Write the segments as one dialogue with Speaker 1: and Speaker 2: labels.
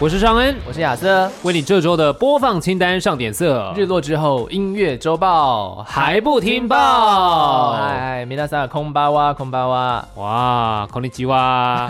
Speaker 1: 我是尚恩，
Speaker 2: 我是亚瑟。
Speaker 1: 为你这周的播放清单上点色。
Speaker 2: 日落之后，音乐周报
Speaker 1: 还不听报？
Speaker 2: 嗨，
Speaker 1: 哎
Speaker 2: 皆さんこんばんは、こんばんは。
Speaker 1: 哇，こんにち は，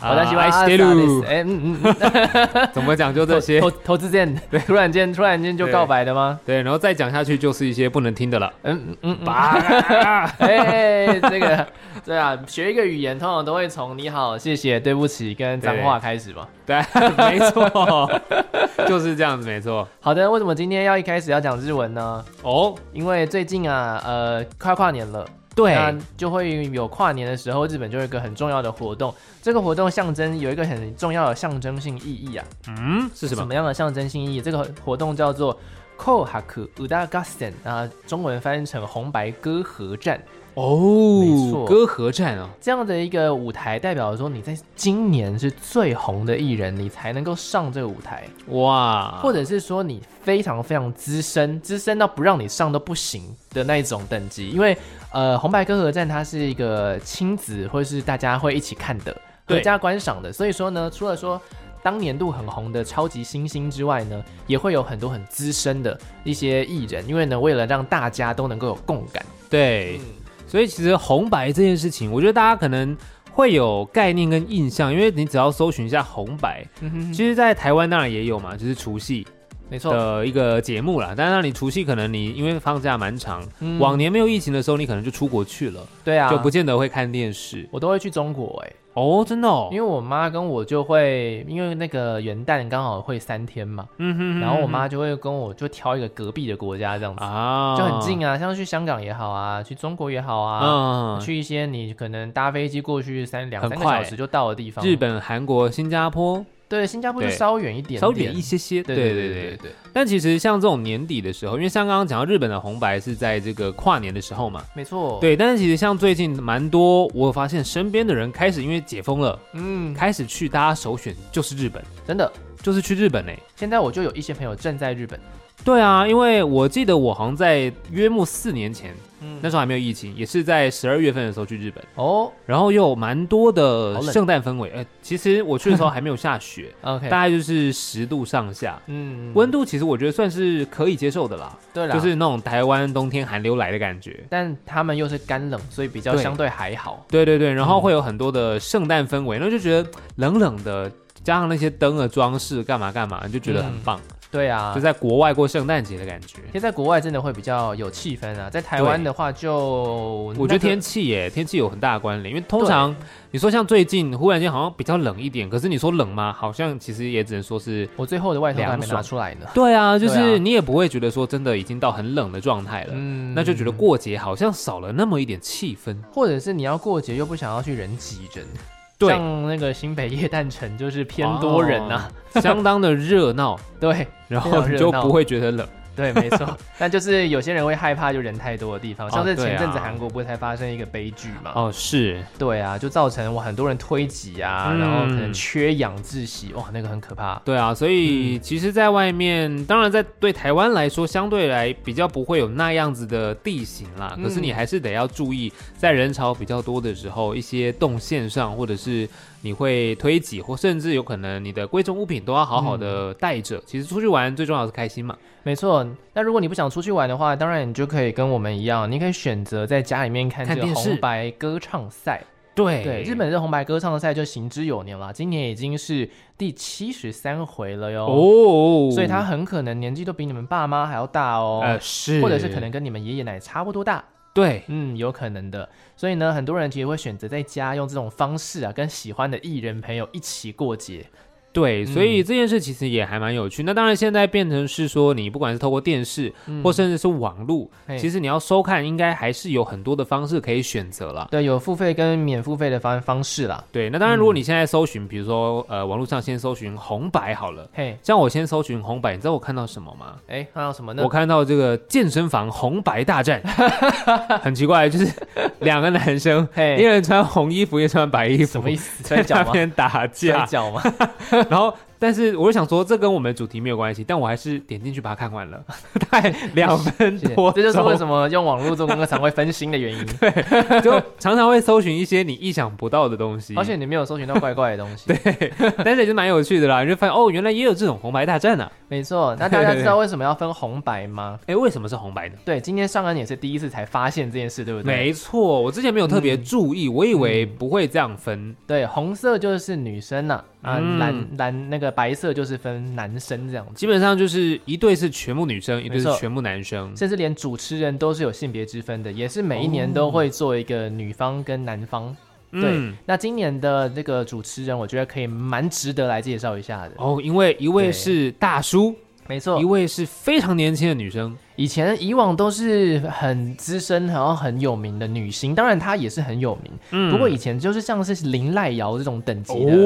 Speaker 2: 我在喜欢
Speaker 1: 啊
Speaker 2: 阿
Speaker 1: 爱してる
Speaker 2: 哎，嗯嗯嗯，
Speaker 1: 怎么讲就这些
Speaker 2: 投？投投资间，突然间突然间就
Speaker 1: 对
Speaker 2: 告白的吗？
Speaker 1: 对，然后再讲下去就是一些不能听的了。
Speaker 2: 嗯嗯 嗯，
Speaker 1: 吧，
Speaker 2: 哎，这个对啊，学一个语言通常都会从你好、谢谢、对不起跟脏话开始嘛。
Speaker 1: 对， 没错， 就是这样子，没错。
Speaker 2: 好的，为什么今天要一开始要讲日文呢？
Speaker 1: 哦，
Speaker 2: 因为最近啊，呃，快跨年了，
Speaker 1: 对
Speaker 2: 那就会有跨年的时候，日本就有一个很重要的活动，这个活动象征有一个很重要的象征性意义啊，
Speaker 1: 嗯，是什
Speaker 2: 什
Speaker 1: 么？
Speaker 2: 么样的象征性意义？这个活动叫做 Kohaku Uda Gassen 啊，中文翻译成红白歌合战。
Speaker 1: 哦
Speaker 2: 没错
Speaker 1: 歌合战哦，
Speaker 2: 这样的一个舞台，代表说你在今年是最红的艺人，你才能够上这个舞台，
Speaker 1: 哇，
Speaker 2: 或者是说你非常非常资深，资深到不让你上都不行的那一种等级。因为呃，红白歌合战它是一个亲子或是大家会一起看的，
Speaker 1: 对
Speaker 2: 合家观赏的，所以说呢，除了说。当年度很红的超级新星之外呢，也会有很多很资深的一些艺人，因为呢，为了让大家都能够有共感，
Speaker 1: 对，所以其实红白这件事情，我觉得大家可能会有概念跟印象，因为你只要搜寻一下红白，
Speaker 2: 嗯哦哼哼，
Speaker 1: 其实，在台湾当然也有嘛，就是除夕
Speaker 2: 没错，
Speaker 1: 的一个节目啦。但是，你除夕可能你因为放假蛮长，
Speaker 2: 嗯
Speaker 1: 往年没有疫情的时候，你可能就出国去了，
Speaker 2: 对啊，
Speaker 1: 就不见得会看电视。
Speaker 2: 我都会去中国哎、
Speaker 1: 哦，真的哦
Speaker 2: 因，为我妈跟我就会，因为那个元旦刚好会三天嘛，
Speaker 1: 嗯哼
Speaker 2: 然后我妈就会跟我就挑一个隔壁的国家这样子，
Speaker 1: 啊
Speaker 2: 就很近啊，像去香港也好啊，去中国也好啊，
Speaker 1: 啊
Speaker 2: 去一些你可能搭飞机过去三两
Speaker 1: 很
Speaker 2: 三个
Speaker 1: 快
Speaker 2: 小时就到的地方。
Speaker 1: 日本、韩国、新加坡，
Speaker 2: 对，新加坡就
Speaker 1: 对
Speaker 2: 稍远一点点，
Speaker 1: 稍远一些些。
Speaker 2: 对
Speaker 1: 对
Speaker 2: 对
Speaker 1: 对
Speaker 2: 对
Speaker 1: 对但其实像这种年底的时候，因为像刚刚讲到日本的红白是在这个跨年的时候嘛，
Speaker 2: 没错，，
Speaker 1: 对。但是其实像最近蛮多，我发现身边的人开始因为解封了，
Speaker 2: 嗯，
Speaker 1: 开始去大家首选就是日本，
Speaker 2: 真的，
Speaker 1: 就是去日本哎、
Speaker 2: 现在我就有一些朋友正在日本，
Speaker 1: 对啊，因为我记得我好像在约莫四年前，
Speaker 2: 嗯
Speaker 1: 那时候还没有疫情，也是在十二月份的时候去日本，
Speaker 2: 哦
Speaker 1: 然后又有蛮多的
Speaker 2: 好冷
Speaker 1: 圣诞氛
Speaker 2: 嗯
Speaker 1: 围。哎、其实我去的时候还没有下 雪，
Speaker 2: ，OK，
Speaker 1: 大概就是十度上下，
Speaker 2: 嗯，
Speaker 1: 温度其实我觉得算是可以接受的啦，
Speaker 2: 对了，
Speaker 1: 就，是那种台湾冬天寒流来的感觉。
Speaker 2: 但他们又是干冷，所以比较
Speaker 1: 对
Speaker 2: 相对还好，
Speaker 1: 对对对，然后会有很多的圣诞氛围，那就觉得冷冷的，加上那些灯的装饰，干嘛干嘛，你就觉得很棒，
Speaker 2: 对啊，嗯
Speaker 1: 就在国外过圣诞节的感觉。
Speaker 2: 其实在国外真的会比较有气氛啊，在台湾的话就
Speaker 1: 我觉得
Speaker 2: 那个
Speaker 1: 天气耶，天气有很大的关联，因为通常你说像最近忽然间好像比较冷一点，可是你说冷吗？好像其实也只能说是，
Speaker 2: 我最后的外套还没
Speaker 1: 凉爽
Speaker 2: 拿出来呢，
Speaker 1: 对啊，就
Speaker 2: 对啊
Speaker 1: 是你也不会觉得说真的已经到很冷的状态了，
Speaker 2: 嗯
Speaker 1: 啊那就觉得，过节好像少了那么一点气氛。
Speaker 2: 或者是你要过节又不想要去人挤人，
Speaker 1: 对
Speaker 2: 像那个新北夜诞城就是偏多人啊呐、
Speaker 1: 哦相当的热闹，
Speaker 2: 对
Speaker 1: 然
Speaker 2: 非
Speaker 1: 后
Speaker 2: 常热
Speaker 1: 你就
Speaker 2: 闹
Speaker 1: 不会觉得冷。
Speaker 2: 对，没 错，但就是有些人会害怕就人太多的地方，
Speaker 1: 哦
Speaker 2: 像是前阵子
Speaker 1: 对啊
Speaker 2: 韩国不是才发生一个悲剧嘛，
Speaker 1: 哦，是，
Speaker 2: 对啊，就造成我很多人推挤啊，
Speaker 1: 嗯
Speaker 2: 然后可能缺氧窒息，哇，那个很可怕，
Speaker 1: 对啊，
Speaker 2: 嗯
Speaker 1: 所以其实，在外面，当然在对台湾来说，相对来比较不会有那样子的地形啦。
Speaker 2: 嗯
Speaker 1: 可是你还是得要注意，在人潮比较多的时候，一些动线上，或者是你会推挤，或甚至有可能你的贵重物品都要好
Speaker 2: 嗯
Speaker 1: 好的带着。其实出去玩最重要的是开心嘛。
Speaker 2: 没错，那如果你不想出去玩的话，当然你就可以跟我们一样，你可以选择在家里面看这
Speaker 1: 看
Speaker 2: 个
Speaker 1: 电视
Speaker 2: 红白歌唱赛。
Speaker 1: 对
Speaker 2: 对，日本的红白歌唱赛就行之有年了，今年已经是第七十三回了哟。
Speaker 1: 哦，
Speaker 2: 所以他很可能年纪都比你们爸妈还要大哦，
Speaker 1: 呃是，
Speaker 2: 或者是可能跟你们爷爷奶奶差不多大，
Speaker 1: 对
Speaker 2: 嗯，有可能的。所以呢，很多人其实会选择在家用这种方式啊，跟喜欢的艺人朋友一起过节。
Speaker 1: 对，所以这件事其实也还蛮有趣。那当然，现在变成是说，你不管是透过电视，或甚至是网络，
Speaker 2: 嗯嘿
Speaker 1: 其实你要收看，应该还是有很多的方式可以选择啦。
Speaker 2: 对，有付费跟免付费的方方式啦。
Speaker 1: 对，那当然，如果
Speaker 2: 嗯
Speaker 1: 你现在搜寻，比如说呃，网络上先搜寻红白好了，
Speaker 2: 嘿，
Speaker 1: 像我先搜寻红白，你知道我看到什么吗？
Speaker 2: 哎，看到什么呢
Speaker 1: 我？看到这个健身房红白大 战，很奇怪，就是两个男生，
Speaker 2: 嘿
Speaker 1: 一人穿红衣服，一人穿白衣服，
Speaker 2: 什么意思？
Speaker 1: 在
Speaker 2: 摔
Speaker 1: 那
Speaker 2: 跤吗？
Speaker 1: 边打
Speaker 2: 摔
Speaker 1: 架，
Speaker 2: 跤吗？
Speaker 1: 然后，但是我就想说，这跟我们主题没有关系，但我还是点进去把它看完了， 大概两分
Speaker 2: 是
Speaker 1: 多
Speaker 2: 这
Speaker 1: 钟，
Speaker 2: 就是为什么用网络做功课常会分心的原 因。
Speaker 1: 就常常会搜寻一些你意想不到的东西，
Speaker 2: 而且你没有搜寻到怪怪的东西。对，
Speaker 1: 但是也是蛮有趣的啦，你就发现哦，原来也有这种红白大战啊！
Speaker 2: 没错。那 大家知道为什么要分红白吗？
Speaker 1: 哎，为什么是红白呢？
Speaker 2: 对，今天上恩也是第一次才发现这件事，对不对？
Speaker 1: 没错，我之前没有特别注意，我以为不会这样分。
Speaker 2: 对，红色就是女生呐、啊，
Speaker 1: 嗯
Speaker 2: 蓝蓝那个白色就是分男生这样子，
Speaker 1: 基本上就是一对是全部女生，一对是
Speaker 2: 没错
Speaker 1: 全部男生。
Speaker 2: 甚至连主持人都是有性别之分的，也是每一年都会做一个女方跟男方。对
Speaker 1: 嗯，，
Speaker 2: 那今年的这个主持人，我觉得可以蛮值得来介绍一下的。
Speaker 1: 哦，因为一位
Speaker 2: 对
Speaker 1: 是大叔，
Speaker 2: 没错
Speaker 1: 一，位是非常年轻的女生。
Speaker 2: 以前以往都是很资深，然后很有名的女星，当然她也是很有名，
Speaker 1: 嗯
Speaker 2: 不过以前就是像是林濑瑶这种等级的。
Speaker 1: 哦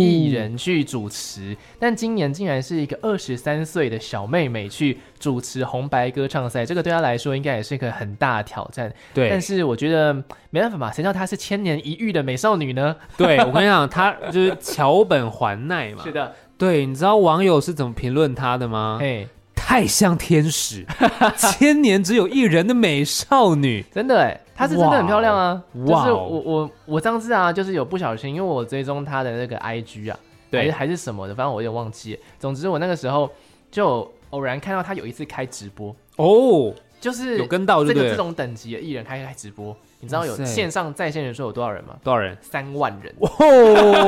Speaker 2: 艺人去主持，但今年竟然是一个二十三岁的小妹妹去主持红白歌唱赛，这个对她来说应该也是一个很大的挑战。但
Speaker 1: 对
Speaker 2: 是我觉得没办法嘛，谁叫她是千年一遇的美少女呢？
Speaker 1: 对，我跟你讲，他就是桥本环奈嘛。
Speaker 2: 的，
Speaker 1: 对，你知道网友是怎么评论他的吗？
Speaker 2: 嘿，
Speaker 1: 太像天 使，千年只有一人的美少女。
Speaker 2: 真的哎，她是真的很漂亮啊！
Speaker 1: 哇哦哇哦
Speaker 2: 就是我我我上次啊，就是有不小心，因为我追踪她的那个 IG 啊，
Speaker 1: 对
Speaker 2: 还是还是什么的，反正我有点忘记了。总之我那个时候就偶然看到她有一次开直播，
Speaker 1: 哦，
Speaker 2: 就是
Speaker 1: 有跟到
Speaker 2: 这
Speaker 1: 哦对不
Speaker 2: 个
Speaker 1: 对
Speaker 2: 这？种等级的艺人开开直播，你知道有
Speaker 1: 哇塞
Speaker 2: 线上在线人数有多少人吗？
Speaker 1: 多少人？
Speaker 2: 三万人。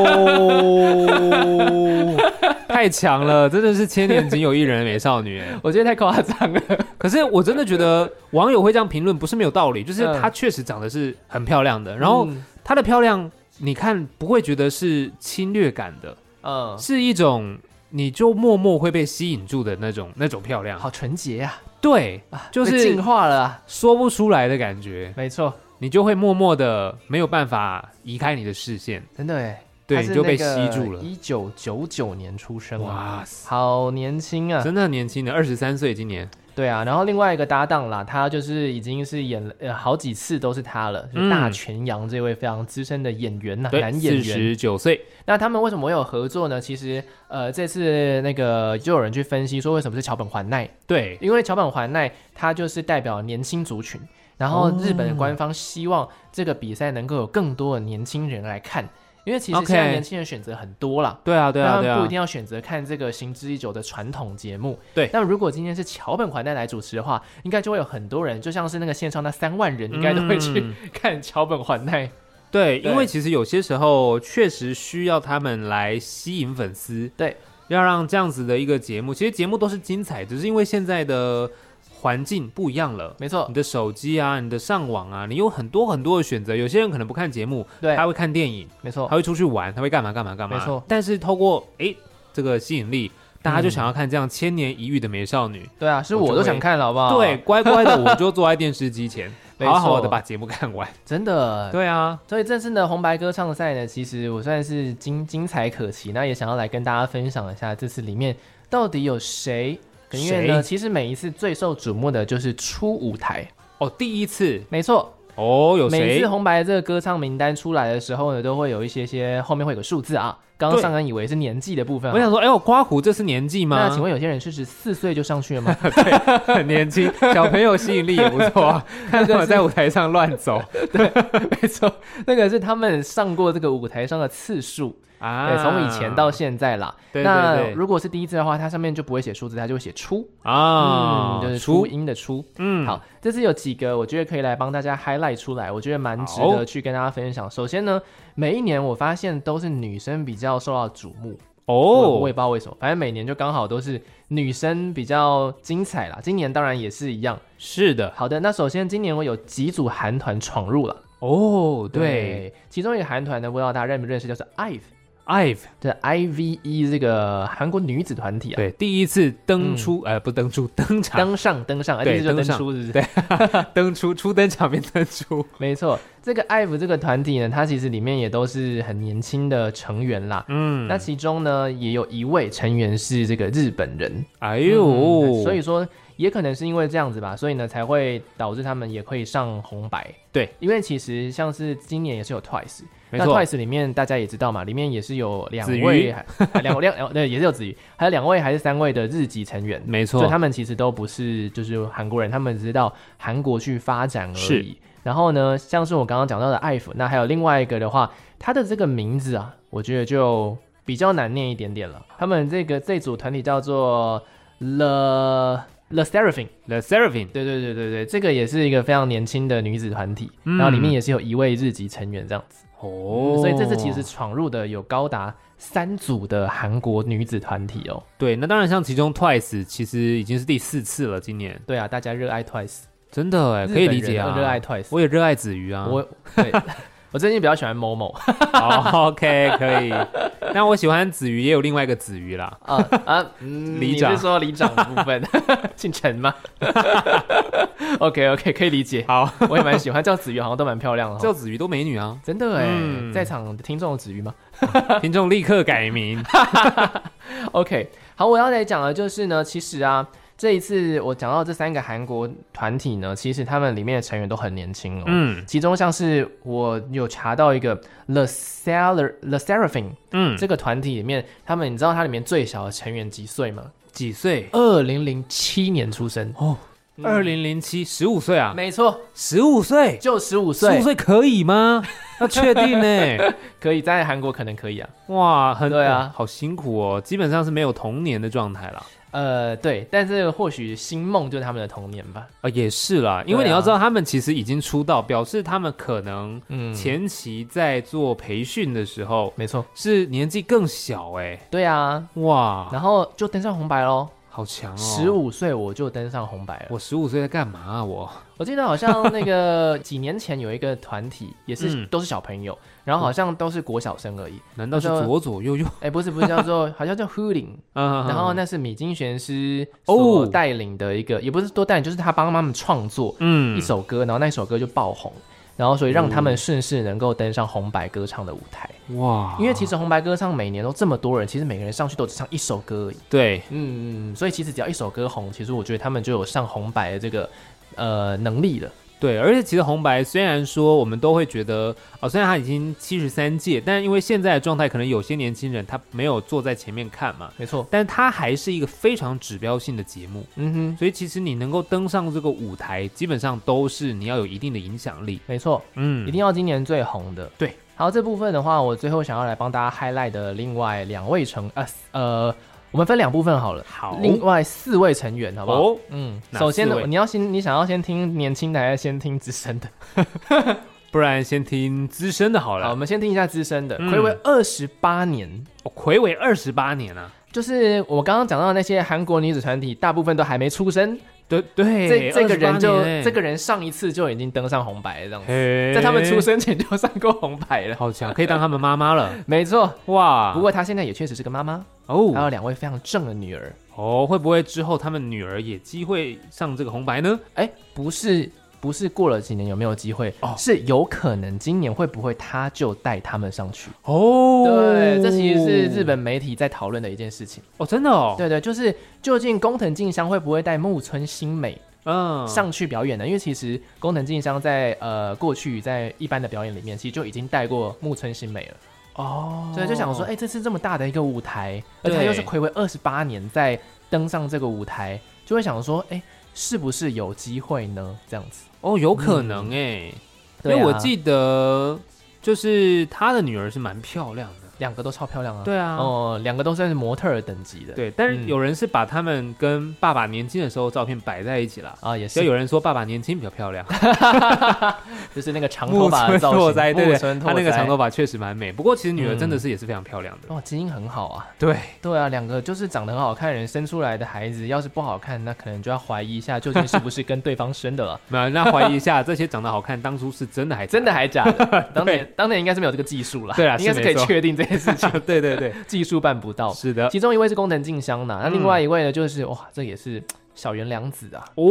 Speaker 1: 哦， 太强了，真的是千年仅有一人的美少女。
Speaker 2: 我觉得太夸张了，
Speaker 1: 可是我真的觉得网友会这样评论不是没有道理，就是
Speaker 2: 嗯
Speaker 1: 她确实长得是很漂亮的，然后
Speaker 2: 嗯
Speaker 1: 她的漂亮，你看不会觉得是侵略感的，
Speaker 2: 嗯，
Speaker 1: 是一种你就默默会被吸引住的那种那种漂亮。
Speaker 2: 好纯洁啊，
Speaker 1: 对，就
Speaker 2: 被
Speaker 1: 是
Speaker 2: 进化了啊，
Speaker 1: 说不出来的感觉，
Speaker 2: 没错，
Speaker 1: 你就会默默的没有办法移开你的视线，
Speaker 2: 真的哎，
Speaker 1: 对，你就被吸住了。
Speaker 2: 一九九九年出生啊，
Speaker 1: 哇塞，
Speaker 2: 好年轻啊，
Speaker 1: 真的很年轻的，二十三岁今年。
Speaker 2: 对啊。然后另外一个搭档啦，他就是已经是演了呃好几次都是他了，就是
Speaker 1: 嗯
Speaker 2: 大泉洋这位非常资深的演员呐，
Speaker 1: 对，
Speaker 2: 啊男演
Speaker 1: 四
Speaker 2: 员。
Speaker 1: 十九岁，
Speaker 2: 那他们为什么会有合作呢？其实，呃，这次那个就有人去分析说，为什么是桥本环奈？
Speaker 1: 对，
Speaker 2: 因为桥本环奈她就是代表年轻族群，然后
Speaker 1: 哦
Speaker 2: 日本官方希望这个比赛能够有更多的年轻人来看，因为其实
Speaker 1: OK
Speaker 2: 现在年轻人选择很多啦。
Speaker 1: 对啊，对啊，
Speaker 2: 他
Speaker 1: 对
Speaker 2: 们不
Speaker 1: 啊
Speaker 2: 一定，要选择看这个行之已久的传统节目。
Speaker 1: 对
Speaker 2: 但如果今天是桥本环奈来主持的话，应该就会有很多人，就像是那个线上那三万人，应该都会去
Speaker 1: 嗯
Speaker 2: 看桥本环奈。
Speaker 1: 对，
Speaker 2: 对
Speaker 1: 因为其实有些时候确实需要他们来吸引粉丝，
Speaker 2: 对，
Speaker 1: 要让这样子的一个节目，其实节目都是精彩，只是因为现在的环境不一样了。
Speaker 2: 没错
Speaker 1: 你，的手机啊，你的上网啊，你有很多很多的选择。有些人可能不看节目，
Speaker 2: 对
Speaker 1: 他会看电影，
Speaker 2: 没错
Speaker 1: 他。会出去玩，他会干嘛干嘛干嘛。
Speaker 2: 没错嗯
Speaker 1: 但是透过诶这个吸引力，大家就想要看这样千年一遇的美少女。
Speaker 2: 对啊，是
Speaker 1: 我就
Speaker 2: 我都
Speaker 1: 会
Speaker 2: 想看了，好不好？
Speaker 1: 对，，乖乖的，我就坐在电视机前，
Speaker 2: 啊 没错
Speaker 1: 好好的把节目看完。
Speaker 2: 真的。
Speaker 1: 对啊，
Speaker 2: 所以这次呢，红白歌唱赛呢，其实我算是精精彩可期，那也想要来跟大家分享一下这次里面到底有谁。因为呢，
Speaker 1: 谁
Speaker 2: 其实每一次最受瞩目的就是初舞台，
Speaker 1: 哦，第一次
Speaker 2: 没错，
Speaker 1: 哦，有
Speaker 2: 每
Speaker 1: 谁
Speaker 2: 次？红白这个歌唱名单出来的时候呢，都会有一些些后面会有个数字啊。刚刚
Speaker 1: 对
Speaker 2: 上恩以为是年纪的部分
Speaker 1: 我
Speaker 2: 啊，
Speaker 1: 想说，哎呦，刮胡这是年纪吗
Speaker 2: 那？请问有些人是十四岁就上去了 吗？
Speaker 1: 很年轻，小朋友吸引力也不错 啊，看他们在舞台上乱走
Speaker 2: 没错，那个是他们上过这个舞台上的次数，
Speaker 1: 啊
Speaker 2: 对，从以前到现在啦。
Speaker 1: 对对
Speaker 2: 那
Speaker 1: 对
Speaker 2: 如果是第一次的话，它上面就不会写数字，它就会写出
Speaker 1: 啊
Speaker 2: 嗯，，就是初
Speaker 1: 初
Speaker 2: 音的初。
Speaker 1: 嗯
Speaker 2: 好，这次有几个我觉得可以来帮大家 highlight 出来，我觉得蛮值得
Speaker 1: 好
Speaker 2: 去跟大家分享。首先呢，每一年我发现都是女生比较受到瞩目，我我
Speaker 1: 哦
Speaker 2: 也不知道为什么，反正每年就刚好都是女生比较精彩啦。今年当然也是一样。
Speaker 1: 是的
Speaker 2: 好的，那首先今年我有几组韩团闯入了，
Speaker 1: 哦对，
Speaker 2: 其中一个韩团呢，不知道大家认不认识，叫做 IVE。
Speaker 1: IVE
Speaker 2: 这 I V E 这个韩国女子团体啊，
Speaker 1: 对第一次登出，
Speaker 2: 嗯
Speaker 1: 呃，不登出登场，
Speaker 2: 登上登上，哎，
Speaker 1: 对
Speaker 2: 这就
Speaker 1: 登
Speaker 2: 登
Speaker 1: 上
Speaker 2: 出是不是？
Speaker 1: 对登出初登场变登出，
Speaker 2: 没错，这个 IVE 这个团体呢，它其实里面也都是很年轻的成员啦。
Speaker 1: 嗯
Speaker 2: 那，其中呢，也有一位成员是这个日本人，
Speaker 1: 哎
Speaker 2: 哎
Speaker 1: 呦，
Speaker 2: 所以说也可能是因为这样子吧，所以呢才会导致他们也可以上红白。
Speaker 1: 对，
Speaker 2: 因为其实像是今年也是有 Twice，
Speaker 1: 没
Speaker 2: 那
Speaker 1: 错，
Speaker 2: Twice 里面大家也知道嘛，里面也是有两
Speaker 1: 子瑜
Speaker 2: 位还，两两两对，也是有子瑜，还有两位还是三位的日籍成员，
Speaker 1: 没
Speaker 2: 所以他
Speaker 1: 错，
Speaker 2: 们其实都不是就是韩国人，他们只是到韩国去发展而
Speaker 1: 是
Speaker 2: 已。然后呢，像是我刚刚讲到的艾弗，那还有另外一个的话，他的这个名字啊，我觉得就比较难念一点点了。他们这个这组团体叫做 The The Seraphim，
Speaker 1: The Seraphim，
Speaker 2: 对对对对对，这个也是一个非常年轻的女子团体，
Speaker 1: 嗯
Speaker 2: 然后里面也是有一位日籍成员这样子。
Speaker 1: 哦，
Speaker 2: 嗯所以这次其实闯入的有高达三组的韩国女子团体哦。
Speaker 1: 对，那当然像其中 Twice 其实已经是第四次了，今年
Speaker 2: 对啊，大家热爱 Twice，
Speaker 1: 真的哎，可以理解
Speaker 2: 日本人
Speaker 1: 啊，
Speaker 2: 都热爱 Twice。
Speaker 1: 我也热爱子瑜啊，
Speaker 2: 我 对 我最近比较喜欢某某
Speaker 1: 好哦 OK 可以， 那我喜欢子瑜也有另外一个子瑜啦，
Speaker 2: 啊啊，嗯
Speaker 1: 里
Speaker 2: 你
Speaker 1: 长
Speaker 2: 是说 里长的部分 姓陈吗 ？OK OK，可以理 解。
Speaker 1: 好，
Speaker 2: 我也蛮喜欢叫子瑜，好像都蛮漂亮的
Speaker 1: 叫
Speaker 2: 哦。
Speaker 1: 子瑜都美女啊，
Speaker 2: 真的哎
Speaker 1: 嗯，
Speaker 2: 在场的听众有子瑜吗？
Speaker 1: 听众立刻改名，
Speaker 2: OK，好，我要来讲的就是呢，其实啊，这一次我讲到这三个韩国团体呢，其实他们里面的成员都很年轻哦。
Speaker 1: 嗯
Speaker 2: 其中像是我有查到一个 The Seller The Seraphim、
Speaker 1: 嗯，
Speaker 2: 这个团体里面，他们你知道它里面最小的成员几岁吗？
Speaker 1: 几岁？
Speaker 2: 二零零七年出生，
Speaker 1: 哦，
Speaker 2: 嗯
Speaker 1: 二零零七，十五岁啊，
Speaker 2: 没错，
Speaker 1: 十五岁，
Speaker 2: 就十五
Speaker 1: 十
Speaker 2: 岁
Speaker 1: 五，岁可以吗？ 要确定呢，
Speaker 2: 可以在韩国可能可以啊。
Speaker 1: 哇，很
Speaker 2: 对啊
Speaker 1: 好辛苦哦，基本上是没有童年的状态啦。
Speaker 2: 呃，对，但是或许星梦就是他们的童年吧。
Speaker 1: 啊，也是啦，因
Speaker 2: 对
Speaker 1: 为
Speaker 2: 啊
Speaker 1: 你要知道，他们其实已经出道，表示他们可能
Speaker 2: 嗯，
Speaker 1: 前期在做培训的时候
Speaker 2: 没错，
Speaker 1: 是年纪更小哎、
Speaker 2: 对啊，
Speaker 1: 哇，
Speaker 2: 然后就登上红白喽。
Speaker 1: 好强哦！
Speaker 2: 十，五岁我就登上红白了。
Speaker 1: 我十五岁在干嘛、啊？我
Speaker 2: 我记得好 像那个几年前有一个团体，也是、
Speaker 1: 嗯
Speaker 2: 都是小朋友，然后好像都是国小生而已。
Speaker 1: 难道是
Speaker 2: 那就
Speaker 1: 左左右右？
Speaker 2: 哎、不是不是叫 做好像叫 h o o l i n
Speaker 1: 嗯，
Speaker 2: 然后那是米津玄师
Speaker 1: 哦
Speaker 2: 所带领的一个，也不是多带领，就是他帮他们创作
Speaker 1: 嗯
Speaker 2: 一首歌，然后那首歌就爆红。然后，所以让他们顺势能够登上红白歌唱的舞台，
Speaker 1: 哇，
Speaker 2: 因为其实红白歌唱每年都这么多人，其实每个人上去都只唱一首歌而已。
Speaker 1: 对
Speaker 2: 嗯，所以其实只要一首歌红，其实我觉得他们就有上红白的这个呃能力了。
Speaker 1: 对，而且其实红白虽然说我们都会觉得哦，虽然他已经七十三届，但因为现在的状态，可能有些年轻人他没有坐在前面看嘛，
Speaker 2: 没错，
Speaker 1: 但他还是一个非常指标性的节目。
Speaker 2: 嗯哼，
Speaker 1: 所以其实你能够登上这个舞台，基本上都是你要有一定的影响力。
Speaker 2: 没错，
Speaker 1: 嗯
Speaker 2: 一定要今年最红的。
Speaker 1: 对，
Speaker 2: 好，这部分的话，我最后想要来帮大家 highlight 的另外两位成呃呃，我们分两部分好了。
Speaker 1: 好
Speaker 2: 另外四位成员好不好？
Speaker 1: 哦，
Speaker 2: 嗯，
Speaker 1: 哪
Speaker 2: 首先呢
Speaker 1: 四，位
Speaker 2: 你要先，你想要先听年轻的，还是先听资深的？
Speaker 1: 不然先听资深的好
Speaker 2: 好，我
Speaker 1: 了。
Speaker 2: 们先听一下资深的。
Speaker 1: 嗯
Speaker 2: 暌违二十八年，
Speaker 1: 哦魁伟二十八年啊，
Speaker 2: 就是我刚刚讲到的那些韩国女子团体，大部分都还没出生，
Speaker 1: 对对，
Speaker 2: 这这个人就这
Speaker 1: 个
Speaker 2: 个人上一次就已经登上红白了，这样子，
Speaker 1: 在
Speaker 2: 在他们出生前就上过红白了。
Speaker 1: 好强，可以当他们妈妈了
Speaker 2: 没错，
Speaker 1: 哇！
Speaker 2: 不过呃她现在也确实是个妈妈，还有
Speaker 1: 哦
Speaker 2: 两位非常正的女儿。
Speaker 1: 哦，会不会之后他们女儿也机会上这个红白呢？
Speaker 2: 哎，不是不是，过了几年有没有机会？
Speaker 1: 哦
Speaker 2: 是有可能今年会不会她就带他们上去？
Speaker 1: 哦，
Speaker 2: 对，这其实是日本媒体在讨论的一件事情。
Speaker 1: 哦，真的哦，
Speaker 2: 对对，就是究竟工藤静香会不会带木村新美
Speaker 1: 嗯，
Speaker 2: 上去表演呢？因为其实工藤静香在呃过去在一般的表演里面，其实就已经带过木村新美了。
Speaker 1: 哦，
Speaker 2: 所以就想说，哎、这次这么大的一个舞台，而
Speaker 1: 对
Speaker 2: 他又是暌违二十八年在登上这个舞台，就会想说，哎、是不是有机会呢？这样子，
Speaker 1: 哦，有可能哎、因为
Speaker 2: 对啊
Speaker 1: 我记得就是他的女儿是蛮漂亮的，
Speaker 2: 两个都超漂亮啊，
Speaker 1: 对啊
Speaker 2: 哦、两个都算是模特儿等级的，
Speaker 1: 对，但是
Speaker 2: 嗯
Speaker 1: 有人是把他们跟爸爸年轻的时候照片摆在一起啦。
Speaker 2: 啊，也
Speaker 1: 所以
Speaker 2: 是，
Speaker 1: 有人说爸爸年轻比较漂亮，
Speaker 2: 就是那个长头
Speaker 1: 木
Speaker 2: 发的
Speaker 1: 村
Speaker 2: 造型，
Speaker 1: 拓哉，对
Speaker 2: 木
Speaker 1: 对，
Speaker 2: 村拓
Speaker 1: 他那个
Speaker 2: 哉
Speaker 1: 长头发确实蛮美。不过其实女儿
Speaker 2: 嗯
Speaker 1: 真的是也是非常漂亮的，
Speaker 2: 哇，基因很好啊，
Speaker 1: 对，
Speaker 2: 对啊，两个就是长得很好看的人生出来的孩子，要是不好看，那可能就要怀疑一下究竟是不是跟对方生的了，
Speaker 1: 那那怀疑一下这些长得好看，当初是真的还
Speaker 2: 真的？还假的？当
Speaker 1: 对
Speaker 2: 年当年应该是没有这个技术了，
Speaker 1: 对啊
Speaker 2: 应该
Speaker 1: 是
Speaker 2: 是
Speaker 1: 没
Speaker 2: 可以
Speaker 1: 错
Speaker 2: 确定这
Speaker 1: 这件事情。 对对对，
Speaker 2: 技术办不到。
Speaker 1: 是的。
Speaker 2: 其中一位是工藤静香呐，那另
Speaker 1: 嗯
Speaker 2: 外一位呢，就是、哇，这也是小原良子啊。
Speaker 1: 哦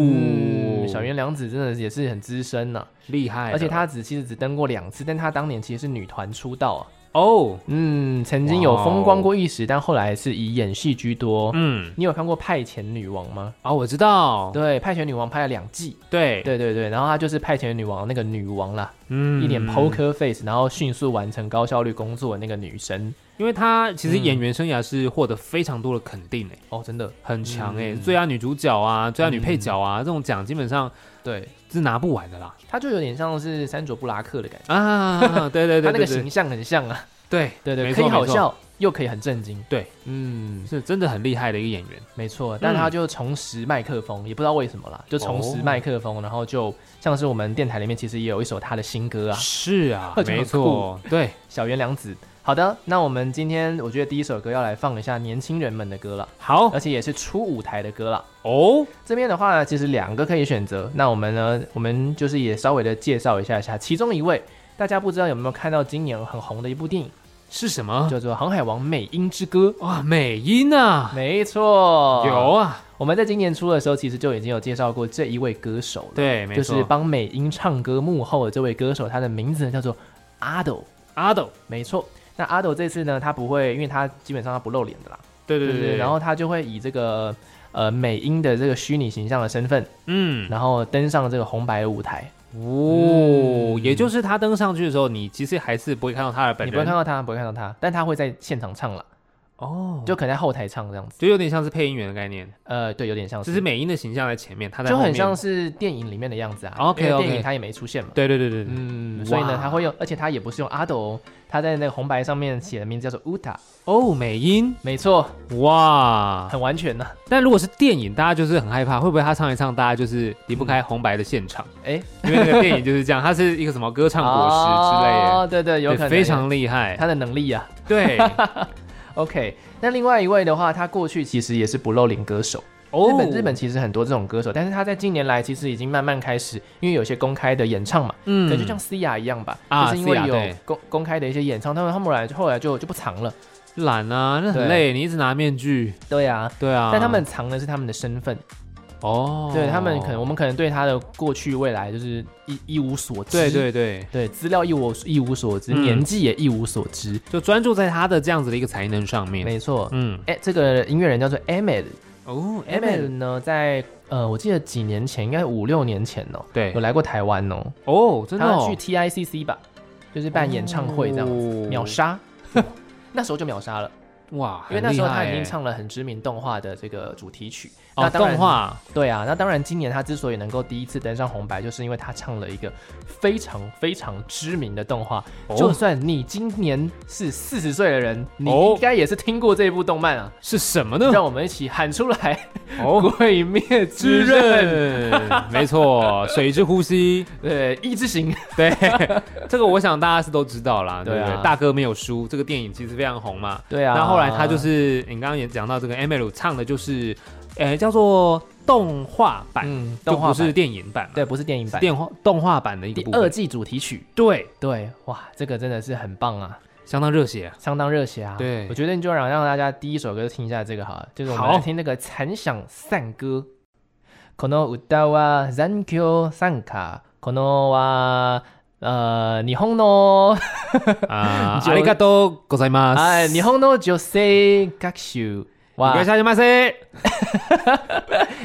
Speaker 2: 嗯，，小原良子真的也是很资深呐、
Speaker 1: 厉害了，
Speaker 2: 而且她只其实只登过两次，但她当年其实是女团出道啊，
Speaker 1: 哦，
Speaker 2: 嗯，曾经有风光过一时，但后来是以演戏居多。
Speaker 1: 嗯，
Speaker 2: 你有看过《派遣女王》吗？
Speaker 1: 啊，我知道，
Speaker 2: 对，《派遣女王》拍了两季，
Speaker 1: 对，
Speaker 2: 对对对，然后她就是《派遣女王》那个女王啦，
Speaker 1: 嗯
Speaker 2: 一脸 poker face，然后迅速完成高效率工作的那个女神。
Speaker 1: 因为她其实演员生涯是获得非常多的肯定诶、欸
Speaker 2: 哦，真的，
Speaker 1: 很强诶、
Speaker 2: 嗯
Speaker 1: 最佳女主角啊，最佳女配角啊，这种奖基本上
Speaker 2: 对，
Speaker 1: 是拿不完的啦。
Speaker 2: 她就有点像是山卓布拉克的感觉，
Speaker 1: 啊， 对对
Speaker 2: 她
Speaker 1: 对
Speaker 2: 那个
Speaker 1: 对
Speaker 2: 形
Speaker 1: 对，
Speaker 2: 象很像啊。
Speaker 1: 对
Speaker 2: 对对，
Speaker 1: 没
Speaker 2: 可以
Speaker 1: 错
Speaker 2: 好
Speaker 1: 没错
Speaker 2: 笑，又可以很震惊。
Speaker 1: 对，嗯
Speaker 2: 嗯，
Speaker 1: 是真的很厉害的一个演员。
Speaker 2: 没错，但他就重拾麦克风，也不知道为什么啦，就重
Speaker 1: 哦
Speaker 2: 拾麦克风，然后就像是我们电台里面其实也有一首他的新歌啊，
Speaker 1: 是啊
Speaker 2: 而，且很
Speaker 1: 没错，对，
Speaker 2: 小原良子。好的，那我们今天我觉得第一首歌要来放一下年轻人们的歌了，
Speaker 1: 好
Speaker 2: 而且也是初舞台的歌了。
Speaker 1: 哦，
Speaker 2: 这边的话呢，其实两个可以选择。那我们呢，我们就是也稍微的介绍一下下其中一位。大家不知道有没有看到今年很红的一部电影，
Speaker 1: 是什么？
Speaker 2: 叫做《航海王：美英之歌
Speaker 1: 哇，美音》。啊，
Speaker 2: 没错，
Speaker 1: 哦有啊，
Speaker 2: 我们在今年初的时候，其实就已经有介绍过这一位歌手了。
Speaker 1: 对，没
Speaker 2: 就
Speaker 1: 错，
Speaker 2: 是帮美英唱歌幕后的这位歌手，他的名字呢叫做阿斗，
Speaker 1: 阿斗，
Speaker 2: 没错。那阿斗这次呢，他不会，因为他基本上他不露脸的啦，
Speaker 1: 对对
Speaker 2: 对
Speaker 1: 对
Speaker 2: 不
Speaker 1: 对，
Speaker 2: 然后他就会以这个呃美英的这个虚拟形象的身份，
Speaker 1: 嗯，
Speaker 2: 然后登上这个红白舞台。
Speaker 1: 哦
Speaker 2: 嗯，
Speaker 1: 也就是他登上去的时候，你其实还是不会看到他的本
Speaker 2: 你
Speaker 1: 人，
Speaker 2: 不会看到他，不会看到他，但他会在现场唱了，
Speaker 1: 哦，就
Speaker 2: 就可能在后台唱这样子。
Speaker 1: 就有点像是配音员的概念，
Speaker 2: 呃，对，有点像
Speaker 1: 只
Speaker 2: 是，
Speaker 1: 是美音的形象在前面，他在
Speaker 2: 就
Speaker 1: 后
Speaker 2: 很
Speaker 1: 面，
Speaker 2: 像是电影里面的样子啊。
Speaker 1: OK，
Speaker 2: 因为
Speaker 1: OK
Speaker 2: 电影他也没出现嘛。
Speaker 1: 对对对对对，
Speaker 2: 嗯，所以呢，
Speaker 1: 哇
Speaker 2: 他会用，而且他也不是用阿斗哦，他在那个红白上面写的名字叫做 Uta，
Speaker 1: 哦，美音，
Speaker 2: 没错，
Speaker 1: 哇！
Speaker 2: 很完全呢、
Speaker 1: 但如果是电影，大家就是很害怕，会不会他唱一唱，大家就是离不开红白的现 场？
Speaker 2: 哎，
Speaker 1: 因为那个电影就是这样，它是一个什么歌唱果实之类的，
Speaker 2: 哦，对对，有
Speaker 1: 对
Speaker 2: 可能
Speaker 1: 非常厉害。
Speaker 2: 他的能力啊。
Speaker 1: 对，
Speaker 2: OK，那另外一位的话，他过去其实也是不露脸歌手。
Speaker 1: 哦
Speaker 2: 日本日本其实很多这种歌手，但是他在近年来其实已经慢慢开始，因为有些公开的演唱嘛，
Speaker 1: 嗯
Speaker 2: 可能就像思雅一样吧，
Speaker 1: 啊
Speaker 2: 就是因为
Speaker 1: Sia，
Speaker 2: 有
Speaker 1: 对
Speaker 2: 公公开的一些演唱，他们他们后来后来就就不藏了。
Speaker 1: 懒啊，那
Speaker 2: 对
Speaker 1: 很累，你一直拿面具，
Speaker 2: 对啊，
Speaker 1: 对啊。
Speaker 2: 但他们藏的是他们的身份，
Speaker 1: 哦，
Speaker 2: 对他们可能我们可能对他的过去未来就是一一无所知，
Speaker 1: 对对对，
Speaker 2: 对，资料一无一无所知，
Speaker 1: 嗯
Speaker 2: 年纪也一无所知，
Speaker 1: 就专注在他的这样子的一个才能上面。
Speaker 2: 没错。
Speaker 1: 嗯，
Speaker 2: 哎、这个音乐人叫做 Emil，
Speaker 1: 哦
Speaker 2: Emil 呢，在呃，我记得几年前，应该五六年前哦，
Speaker 1: 对
Speaker 2: 有，来过台湾哦，
Speaker 1: 哦，真的、
Speaker 2: 他
Speaker 1: 哦，
Speaker 2: 去 TICC 吧，就是办演唱会这样子，
Speaker 1: 哦
Speaker 2: 秒 杀。那时候就秒杀了，
Speaker 1: 哇，
Speaker 2: 因为那时候他已
Speaker 1: 很厉害
Speaker 2: 经
Speaker 1: 欸
Speaker 2: 唱了很知名动画的这个主题曲。那
Speaker 1: 哦
Speaker 2: 当然
Speaker 1: 动画，
Speaker 2: 对啊，那当然，今年他之所以能够第一次登上红白，就是因为他唱了一个非常非常知名的动画。
Speaker 1: 哦
Speaker 2: 就算你今年是四十岁的人，你
Speaker 1: 哦
Speaker 2: 应该也是听过这部动漫啊。
Speaker 1: 是什么呢？
Speaker 2: 让我们一起喊出来，
Speaker 1: 哦
Speaker 2: 《 鬼灭之
Speaker 1: 之
Speaker 2: 刃》
Speaker 1: 刃， 没错，水之 呼吸，
Speaker 2: 对，一之行。
Speaker 1: 对，这个我想大家是都知道啦，对不
Speaker 2: 对啊
Speaker 1: 对？大哥没有输，这个电影其实非常红嘛。
Speaker 2: 对啊，
Speaker 1: 那后来他就是你刚刚也讲到这个 m l 唱的就是，呃，叫做动画版，
Speaker 2: 嗯，
Speaker 1: 就
Speaker 2: 动画
Speaker 1: 不
Speaker 2: 版
Speaker 1: 是电影版嘛，
Speaker 2: 对，不是电影版，
Speaker 1: 电话动画版的一个
Speaker 2: 第
Speaker 1: 部
Speaker 2: 二
Speaker 1: 分，
Speaker 2: 季主题曲。
Speaker 1: 对，
Speaker 2: 对，哇，这个真的是很棒啊，
Speaker 1: 相当热血 啊。
Speaker 2: 相当热血啊。
Speaker 1: 对
Speaker 2: 我觉得你就让让大家第一首歌就听一下这个好了，就是我们
Speaker 1: 好
Speaker 2: 来听那个《残响散歌》。この歌は残響散歌。このは呃日本の
Speaker 1: 啊，
Speaker 2: 就
Speaker 1: ありがとうございます。
Speaker 2: 哎日本の女性学習
Speaker 1: いら
Speaker 2: は
Speaker 1: っしゃいませ。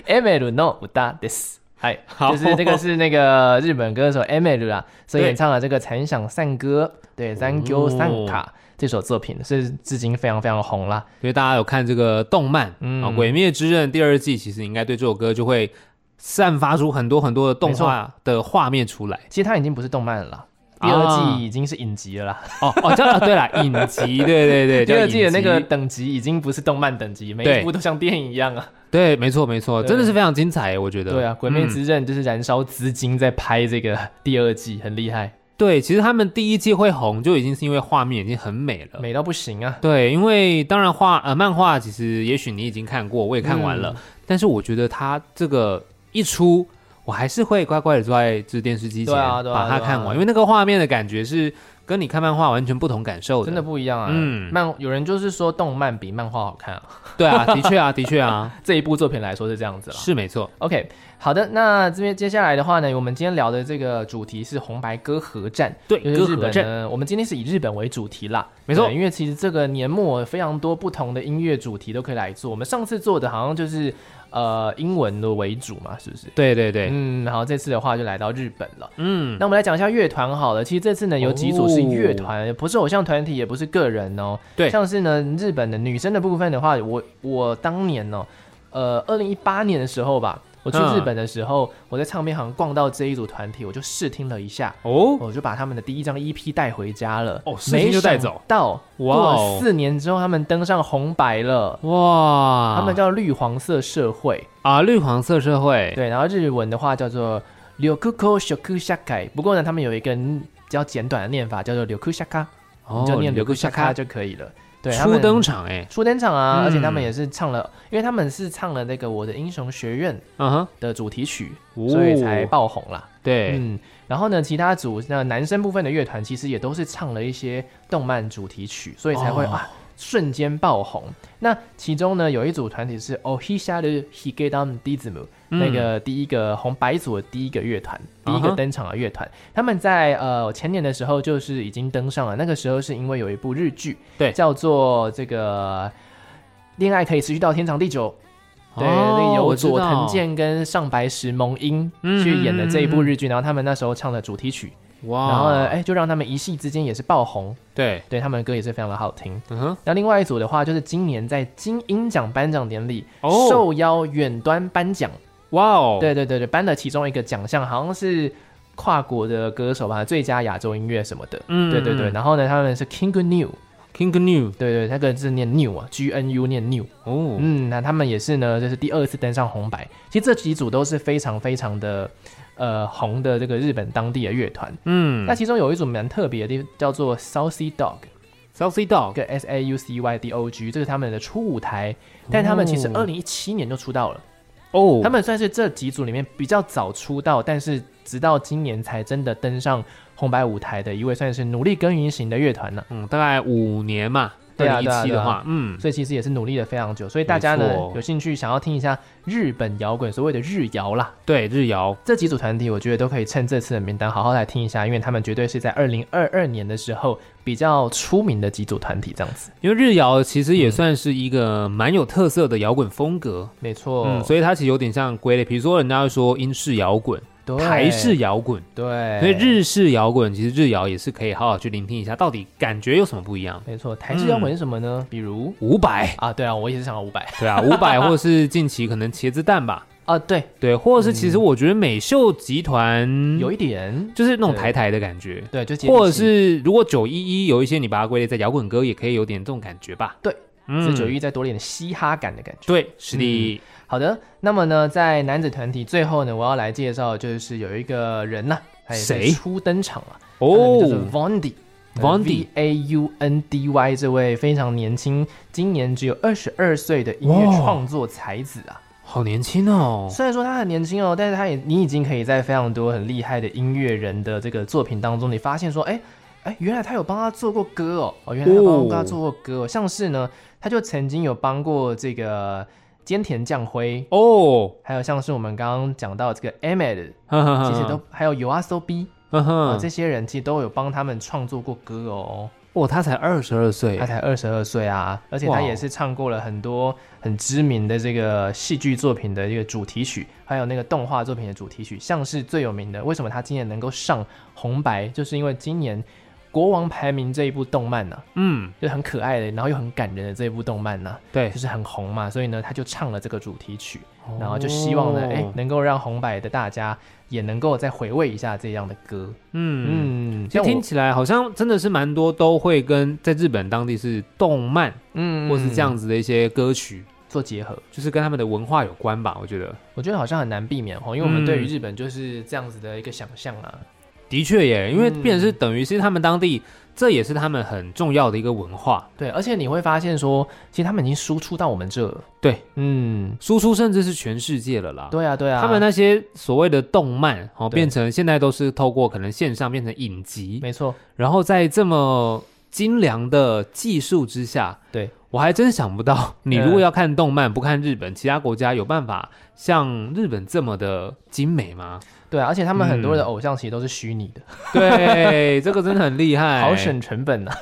Speaker 2: エメルの歌です。嗨，
Speaker 1: 好
Speaker 2: 就是这个是那个日本歌手 e m i l 啊，所以
Speaker 1: 对哦
Speaker 2: 演唱了这个《残响散歌》对《Thank You 散卡》这首作品，是至今非常非常红啦。
Speaker 1: 所以大家有看这个动漫，
Speaker 2: 嗯
Speaker 1: 嗯，啊，《鬼灭之刃》第二季，其实你应该对这首歌就会散发出很多很多的动画的画面出来。
Speaker 2: 其实它已经不是动漫了啦，
Speaker 1: 啊
Speaker 2: 第二季已经是影集了啦。
Speaker 1: 哦哦，这样啊对了， 影集，对对 对，
Speaker 2: 第
Speaker 1: 叫
Speaker 2: 二
Speaker 1: 影
Speaker 2: 季的那个
Speaker 1: 集，
Speaker 2: 等级已经不是动漫等级，每
Speaker 1: 对
Speaker 2: 一部都像电影一样啊。
Speaker 1: 对，没错没错，
Speaker 2: 对
Speaker 1: 真的是非常精彩，我觉得。
Speaker 2: 对啊，《鬼灭
Speaker 1: 嗯
Speaker 2: 之刃》就是燃烧资金在拍这个第二季，很厉害，
Speaker 1: 对，其实他们第一季会红，就已经是因为画面已经很美了。
Speaker 2: 美到不行啊。
Speaker 1: 对，因为当然画呃漫画，其实也许你已经看过，我也看完了，
Speaker 2: 嗯
Speaker 1: 但是我觉得它这个一出，我还是会乖乖的坐在这电视机前
Speaker 2: 对啊对啊
Speaker 1: 把它
Speaker 2: 对啊
Speaker 1: 看完，因为那个画面的感觉是跟你看漫画完全不同感受的。
Speaker 2: 真的不一样啊。
Speaker 1: 嗯
Speaker 2: 漫有人就是说动漫比漫画好看啊，
Speaker 1: 对啊，的确啊，的确 啊，
Speaker 2: 这一部作品来说是这样子了。
Speaker 1: 是没错。
Speaker 2: OK，好的，那这边接下来的话呢，我们今天聊的这个主题是红白歌合战。
Speaker 1: 对，
Speaker 2: 就是
Speaker 1: 歌
Speaker 2: 日
Speaker 1: 和
Speaker 2: 本
Speaker 1: 阵
Speaker 2: 呢，我们今天是以日本为主题啦，
Speaker 1: 没错
Speaker 2: 对因为其实这个年末非常多不同的音乐主题都可以来做。我们上次做的好像就是呃英文的为主嘛，是不是？
Speaker 1: 对对对，
Speaker 2: 嗯，然后这次的话就来到日本了。
Speaker 1: 嗯，
Speaker 2: 那我们来讲一下乐团好了。其实这次呢，有几组是乐团，不是偶像团体，也不是个人哦。
Speaker 1: 哦对
Speaker 2: 像是呢日本的女生的部分的话，我我当年呢、呃，二零一八年的时候吧，我去
Speaker 1: 嗯
Speaker 2: 日本的时候，我在唱片行逛到这一组团体，我就试听了一下，
Speaker 1: 哦，
Speaker 2: 我就把他们的第一张 EP 带回家了。
Speaker 1: 哦试
Speaker 2: 没
Speaker 1: 听就带走
Speaker 2: 想到过
Speaker 1: 哇哦
Speaker 2: 了四年之后，他们登上红白了。
Speaker 1: 哇，
Speaker 2: 他们叫绿黄色社会，
Speaker 1: 啊绿黄色社会，
Speaker 2: 对，然后日文的话叫做 Ryokuko Shoku Shakai，不过呢，他们有一个比较简短的念法，叫做 Ryoku Shaka，、
Speaker 1: 哦
Speaker 2: 你就念
Speaker 1: 留
Speaker 2: Ryoku
Speaker 1: 个
Speaker 2: Shaka 就可以了。对，他
Speaker 1: 初
Speaker 2: 们
Speaker 1: 登场哎，
Speaker 2: 初登场啊，
Speaker 1: 嗯
Speaker 2: 而且他们也是唱了，因为他们是唱了那个《我的英雄学院
Speaker 1: 嗯哼》，
Speaker 2: 的主题曲，
Speaker 1: 哦
Speaker 2: 所以才爆红啦。
Speaker 1: 对，
Speaker 2: 嗯，然后呢，其他组那男生部分的乐团其实也都是唱了一些动漫主题曲，所以才会、
Speaker 1: 哦
Speaker 2: 啊瞬间爆红。那其中呢，有一组团体是 Ohisha 的 Higedam Dizmu，、
Speaker 1: 嗯
Speaker 2: 那个第一个红白组的第一个乐团，第一
Speaker 1: 啊
Speaker 2: 个
Speaker 1: 哈
Speaker 2: 登场的乐团。他们在呃前年的时候就是已经登上了，那个时候是因为有一部日剧，
Speaker 1: 对
Speaker 2: 叫做这个。恋爱可以持续到天长地久，对，
Speaker 1: 哦
Speaker 2: 那个由
Speaker 1: 我知
Speaker 2: 佐藤
Speaker 1: 道
Speaker 2: 健跟上白石萌音
Speaker 1: 嗯
Speaker 2: 去演的这一部
Speaker 1: 嗯嗯嗯
Speaker 2: 日剧，然后他们那时候唱的主题曲，
Speaker 1: 哇，哦
Speaker 2: 然后呢，哎，就让他们一夕之间也是爆红，
Speaker 1: 对，
Speaker 2: 对他们的歌也是非常的好听。
Speaker 1: 嗯哼，
Speaker 2: 那另外一组的话，就是今年在金鹰奖颁奖典礼
Speaker 1: 哦
Speaker 2: 受邀远端颁奖，
Speaker 1: 哇哦，
Speaker 2: 对对对对，颁了其中一个奖项，好像是跨国的歌手吧，最佳亚洲音乐什么的。
Speaker 1: 嗯，嗯，
Speaker 2: 对对对，然后呢，他们是 King New，
Speaker 1: ，King New，
Speaker 2: 对对，那个字念 New 啊，G N U 念 New。
Speaker 1: 哦，
Speaker 2: 嗯，那他们也是呢，就是第二次登上红白。其实这几组都是非常非常的呃红的这个日本当地的乐团。
Speaker 1: 嗯
Speaker 2: 那其中有一组蛮特别的地方，叫做 Saucy Dog，
Speaker 1: ，Saucy Dog，
Speaker 2: 跟 S A U C Y D O G，这是他们的初舞台。但他们其实
Speaker 1: 哦
Speaker 2: 二零一七年就出道了，
Speaker 1: 哦，
Speaker 2: 他们算是这几组里面比较早出道，但是直到今年才真的登上红白舞台的一位，算是努力耕耘型的乐团呢、
Speaker 1: 嗯，大概五年嘛，
Speaker 2: 对啊
Speaker 1: 一
Speaker 2: 对啊
Speaker 1: 七
Speaker 2: 对
Speaker 1: 的
Speaker 2: 啊
Speaker 1: 话，嗯，
Speaker 2: 所以其实也是努力了非常久，所以大家呢
Speaker 1: 没错
Speaker 2: 有兴趣想要听一下日本摇滚，所谓的日摇啦，
Speaker 1: 对，日谣，
Speaker 2: 这几组团体，我觉得都可以趁这次的名单好好来听一下，因为他们绝对是在二零二二年的时候比较出名的几组团体，这样子。
Speaker 1: 因为日谣其
Speaker 2: 嗯
Speaker 1: 实也算是一个蛮有特色的摇滚风格，
Speaker 2: 没错，
Speaker 1: 嗯，所以它其实有点像归类，比如说人家会说英式摇滚、
Speaker 2: 对
Speaker 1: 台式摇滚，
Speaker 2: 对，
Speaker 1: 所以日式摇滚其实日谣也是可以好好去聆听一下，到底感觉有什么不一样？
Speaker 2: 没错，台式摇滚是什么呢？嗯比如
Speaker 1: 伍佰，
Speaker 2: 啊，对啊，我也是想到伍佰
Speaker 1: 对啊，伍佰或是近期可能茄子蛋吧，
Speaker 2: 啊，对，
Speaker 1: 对，或者是其实我觉得美秀集团
Speaker 2: 嗯有一点，
Speaker 1: 就是那种
Speaker 2: 对
Speaker 1: 台台的感觉。
Speaker 2: 对，就接地气
Speaker 1: 或者是如果九一一有一些你把它归类在摇滚歌，也可以有点这种感觉吧。
Speaker 2: 对，
Speaker 1: 嗯
Speaker 2: 这九一再多点嘻哈感的感觉。
Speaker 1: 对，是的，
Speaker 2: 好的，那么呢，在男子团体最后呢，我要来介绍就是有一个人呐、他也是
Speaker 1: 谁
Speaker 2: 初登场啊了、嗯
Speaker 1: 哦
Speaker 2: 就是 Vondi。
Speaker 1: Vondi
Speaker 2: A U N D Y 这位非常年轻，今年只有二十二岁的音乐
Speaker 1: 哇
Speaker 2: 创作才子啊。
Speaker 1: 好年轻哦。
Speaker 2: 虽然说他很年轻哦，但是他也你已经可以在非常多很厉害的音乐人的这个作品当中，你发现说，哎哎，原来他有帮他做过歌哦，哦，原来他有帮他做过歌、哦，像是呢，他就曾经有帮过这个菅田将晖，
Speaker 1: 哦，
Speaker 2: 还有像是我们刚刚讲到这个 a m e d
Speaker 1: 其
Speaker 2: 其实都还有 YOASOB
Speaker 1: 嗯
Speaker 2: 啊，
Speaker 1: 哼，
Speaker 2: 这些人其实都有帮他们创作过歌哦。
Speaker 1: 哦，他才二十二岁
Speaker 2: 他，才二十二岁啊，而且他
Speaker 1: 哇
Speaker 2: 也是唱过了很多很知名的这个戏剧作品的一个主题曲，还有那个动画作品的主题曲，像是最有名的。为什么他今年能够上红白，就是因为今年《国王排名》这一部动漫呢、
Speaker 1: 嗯，
Speaker 2: 就是很可爱的，然后又很感人的这一部动漫呢、
Speaker 1: 对
Speaker 2: 就，是很红嘛，所以呢，他就唱了这个主题曲，然后就希望呢，
Speaker 1: 哦
Speaker 2: 哎、能够让红白的大家也能够再回味一下这样的歌。
Speaker 1: 嗯嗯，
Speaker 2: 嗯，
Speaker 1: 其
Speaker 2: 像
Speaker 1: 实
Speaker 2: 我
Speaker 1: 听起来好像真的是蛮多都会跟在日本当地是动漫
Speaker 2: 嗯
Speaker 1: 或是这样子的一些歌曲，
Speaker 2: 做结合。
Speaker 1: 就是跟他们的文化有关吧，我觉得。
Speaker 2: 我觉得好像很难避免哦，因为我们对于
Speaker 1: 嗯
Speaker 2: 日本就是这样子的一个想象啊。
Speaker 1: 的确耶，因为
Speaker 2: 嗯
Speaker 1: 变成是等于是他们当地，这也是他们很重要的一个文化。
Speaker 2: 对，而且你会发现说，其实他们已经输出到我们这了。
Speaker 1: 对，
Speaker 2: 嗯，
Speaker 1: 输出甚至是全世界了啦。
Speaker 2: 对啊，对啊，
Speaker 1: 他们那些所谓的动漫，哦，
Speaker 2: 对
Speaker 1: 变成现在都是透过可能线上变成影集，
Speaker 2: 没错，
Speaker 1: 然后在这么精良的技术之下，
Speaker 2: 对
Speaker 1: 我还真想不到，你
Speaker 2: 嗯
Speaker 1: 如果要看动漫不看日本，其他国家有办法像日本这么的精 美吗？
Speaker 2: 对啊，而且他们很多人的
Speaker 1: 嗯
Speaker 2: 偶像其实都是虚拟的，
Speaker 1: 对，这个真的很厉害，
Speaker 2: 好省成本啊。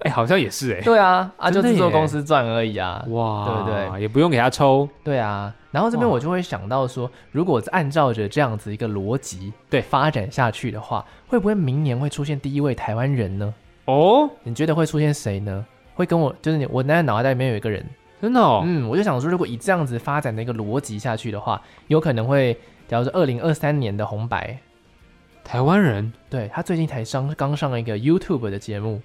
Speaker 1: 哎、好像也是哎、
Speaker 2: 对啊，啊，就
Speaker 1: 真的
Speaker 2: 制作
Speaker 1: 耶
Speaker 2: 公司赚而已啊。
Speaker 1: 哇，
Speaker 2: 对不
Speaker 1: 对，也不用给他抽，
Speaker 2: 对啊，然后这边
Speaker 1: 哇
Speaker 2: 我就会想到说，如果按照着这样子一个逻辑
Speaker 1: 对
Speaker 2: 发展下去的话，会不会明年会出现第一位台湾人呢？
Speaker 1: 哦，
Speaker 2: 你觉得会出现谁呢？会跟我就是你，我那脑袋里面有一个人，
Speaker 1: 真的哦，
Speaker 2: 嗯，我就想说，如果以这样子发展的一个逻辑下去的话，有可能会，假如说二零二三年的红白，
Speaker 1: 台湾人，
Speaker 2: 对他最近才上刚上了一个 YouTube 的节目，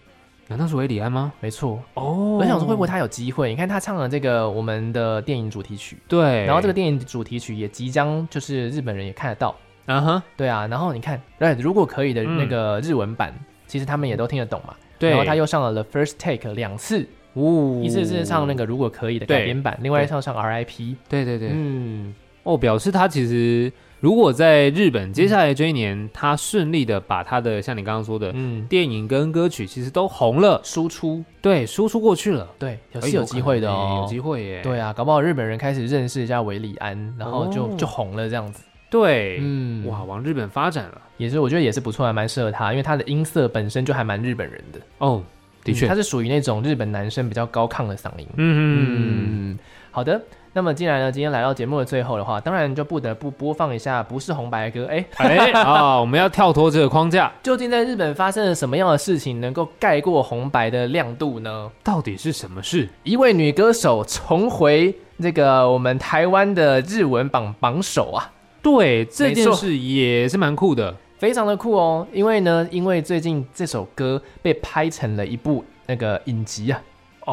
Speaker 1: 难道是韦礼安吗？
Speaker 2: 没错，
Speaker 1: 哦
Speaker 2: 我想说会不会他有机会？你看他唱了这个我们的电影主题曲，
Speaker 1: 对，
Speaker 2: 然后这个电影主题曲也即将就是日本人也看得到，
Speaker 1: 啊哈，
Speaker 2: 对啊，然后你看，对，如果可以的
Speaker 1: 嗯
Speaker 2: 那个日文版，其实他们也都听得懂嘛。
Speaker 1: 对，
Speaker 2: 然后他又上了 The First Take 两次，
Speaker 1: 哦，
Speaker 2: 一次是唱那，个如果可以的
Speaker 1: 对
Speaker 2: 改编版，另外一次上 RIP。
Speaker 1: 对对对，
Speaker 2: 嗯，
Speaker 1: 哦，表示他其实如果在日本接下来这一年，他顺利的把他的像你刚刚说的。
Speaker 2: 嗯，
Speaker 1: 电影跟歌曲其实都红了，
Speaker 2: 输出
Speaker 1: 对，输出过去了，
Speaker 2: 对，有
Speaker 1: 哎
Speaker 2: 是有机会的
Speaker 1: 可能哎
Speaker 2: 哦
Speaker 1: 有。机会耶。
Speaker 2: 对啊，搞不好日本人开始认识一下韦礼安，然后就
Speaker 1: 哦
Speaker 2: 就红了这样子。
Speaker 1: 对，
Speaker 2: 嗯，
Speaker 1: 哇，
Speaker 2: 哇，
Speaker 1: 往日本发展了。
Speaker 2: 也是我觉得也是不错，还蛮适合他，因为他的音色本身就还蛮日本人的。
Speaker 1: 哦，的确
Speaker 2: 嗯他，是属于那种日本男生比较高亢的嗓音。
Speaker 1: 嗯嗯，
Speaker 2: 嗯，好的。那么，既然呢，今天来到节目的最后的话，当然就不得不播放一下不是红白的歌。哎，
Speaker 1: 哎啊，我们要跳脱这个框架，
Speaker 2: 究竟在日本发生了什么样的事情，能够盖过红白的亮度呢？
Speaker 1: 到底是什么事？
Speaker 2: 一位女歌手重回这个我们台湾的日文榜榜首啊，
Speaker 1: 对，这
Speaker 2: 没
Speaker 1: 件
Speaker 2: 错
Speaker 1: 事也是蛮酷的。
Speaker 2: 非常的酷哦。因为呢，因为最近这首歌被拍成了一部那个影集啊，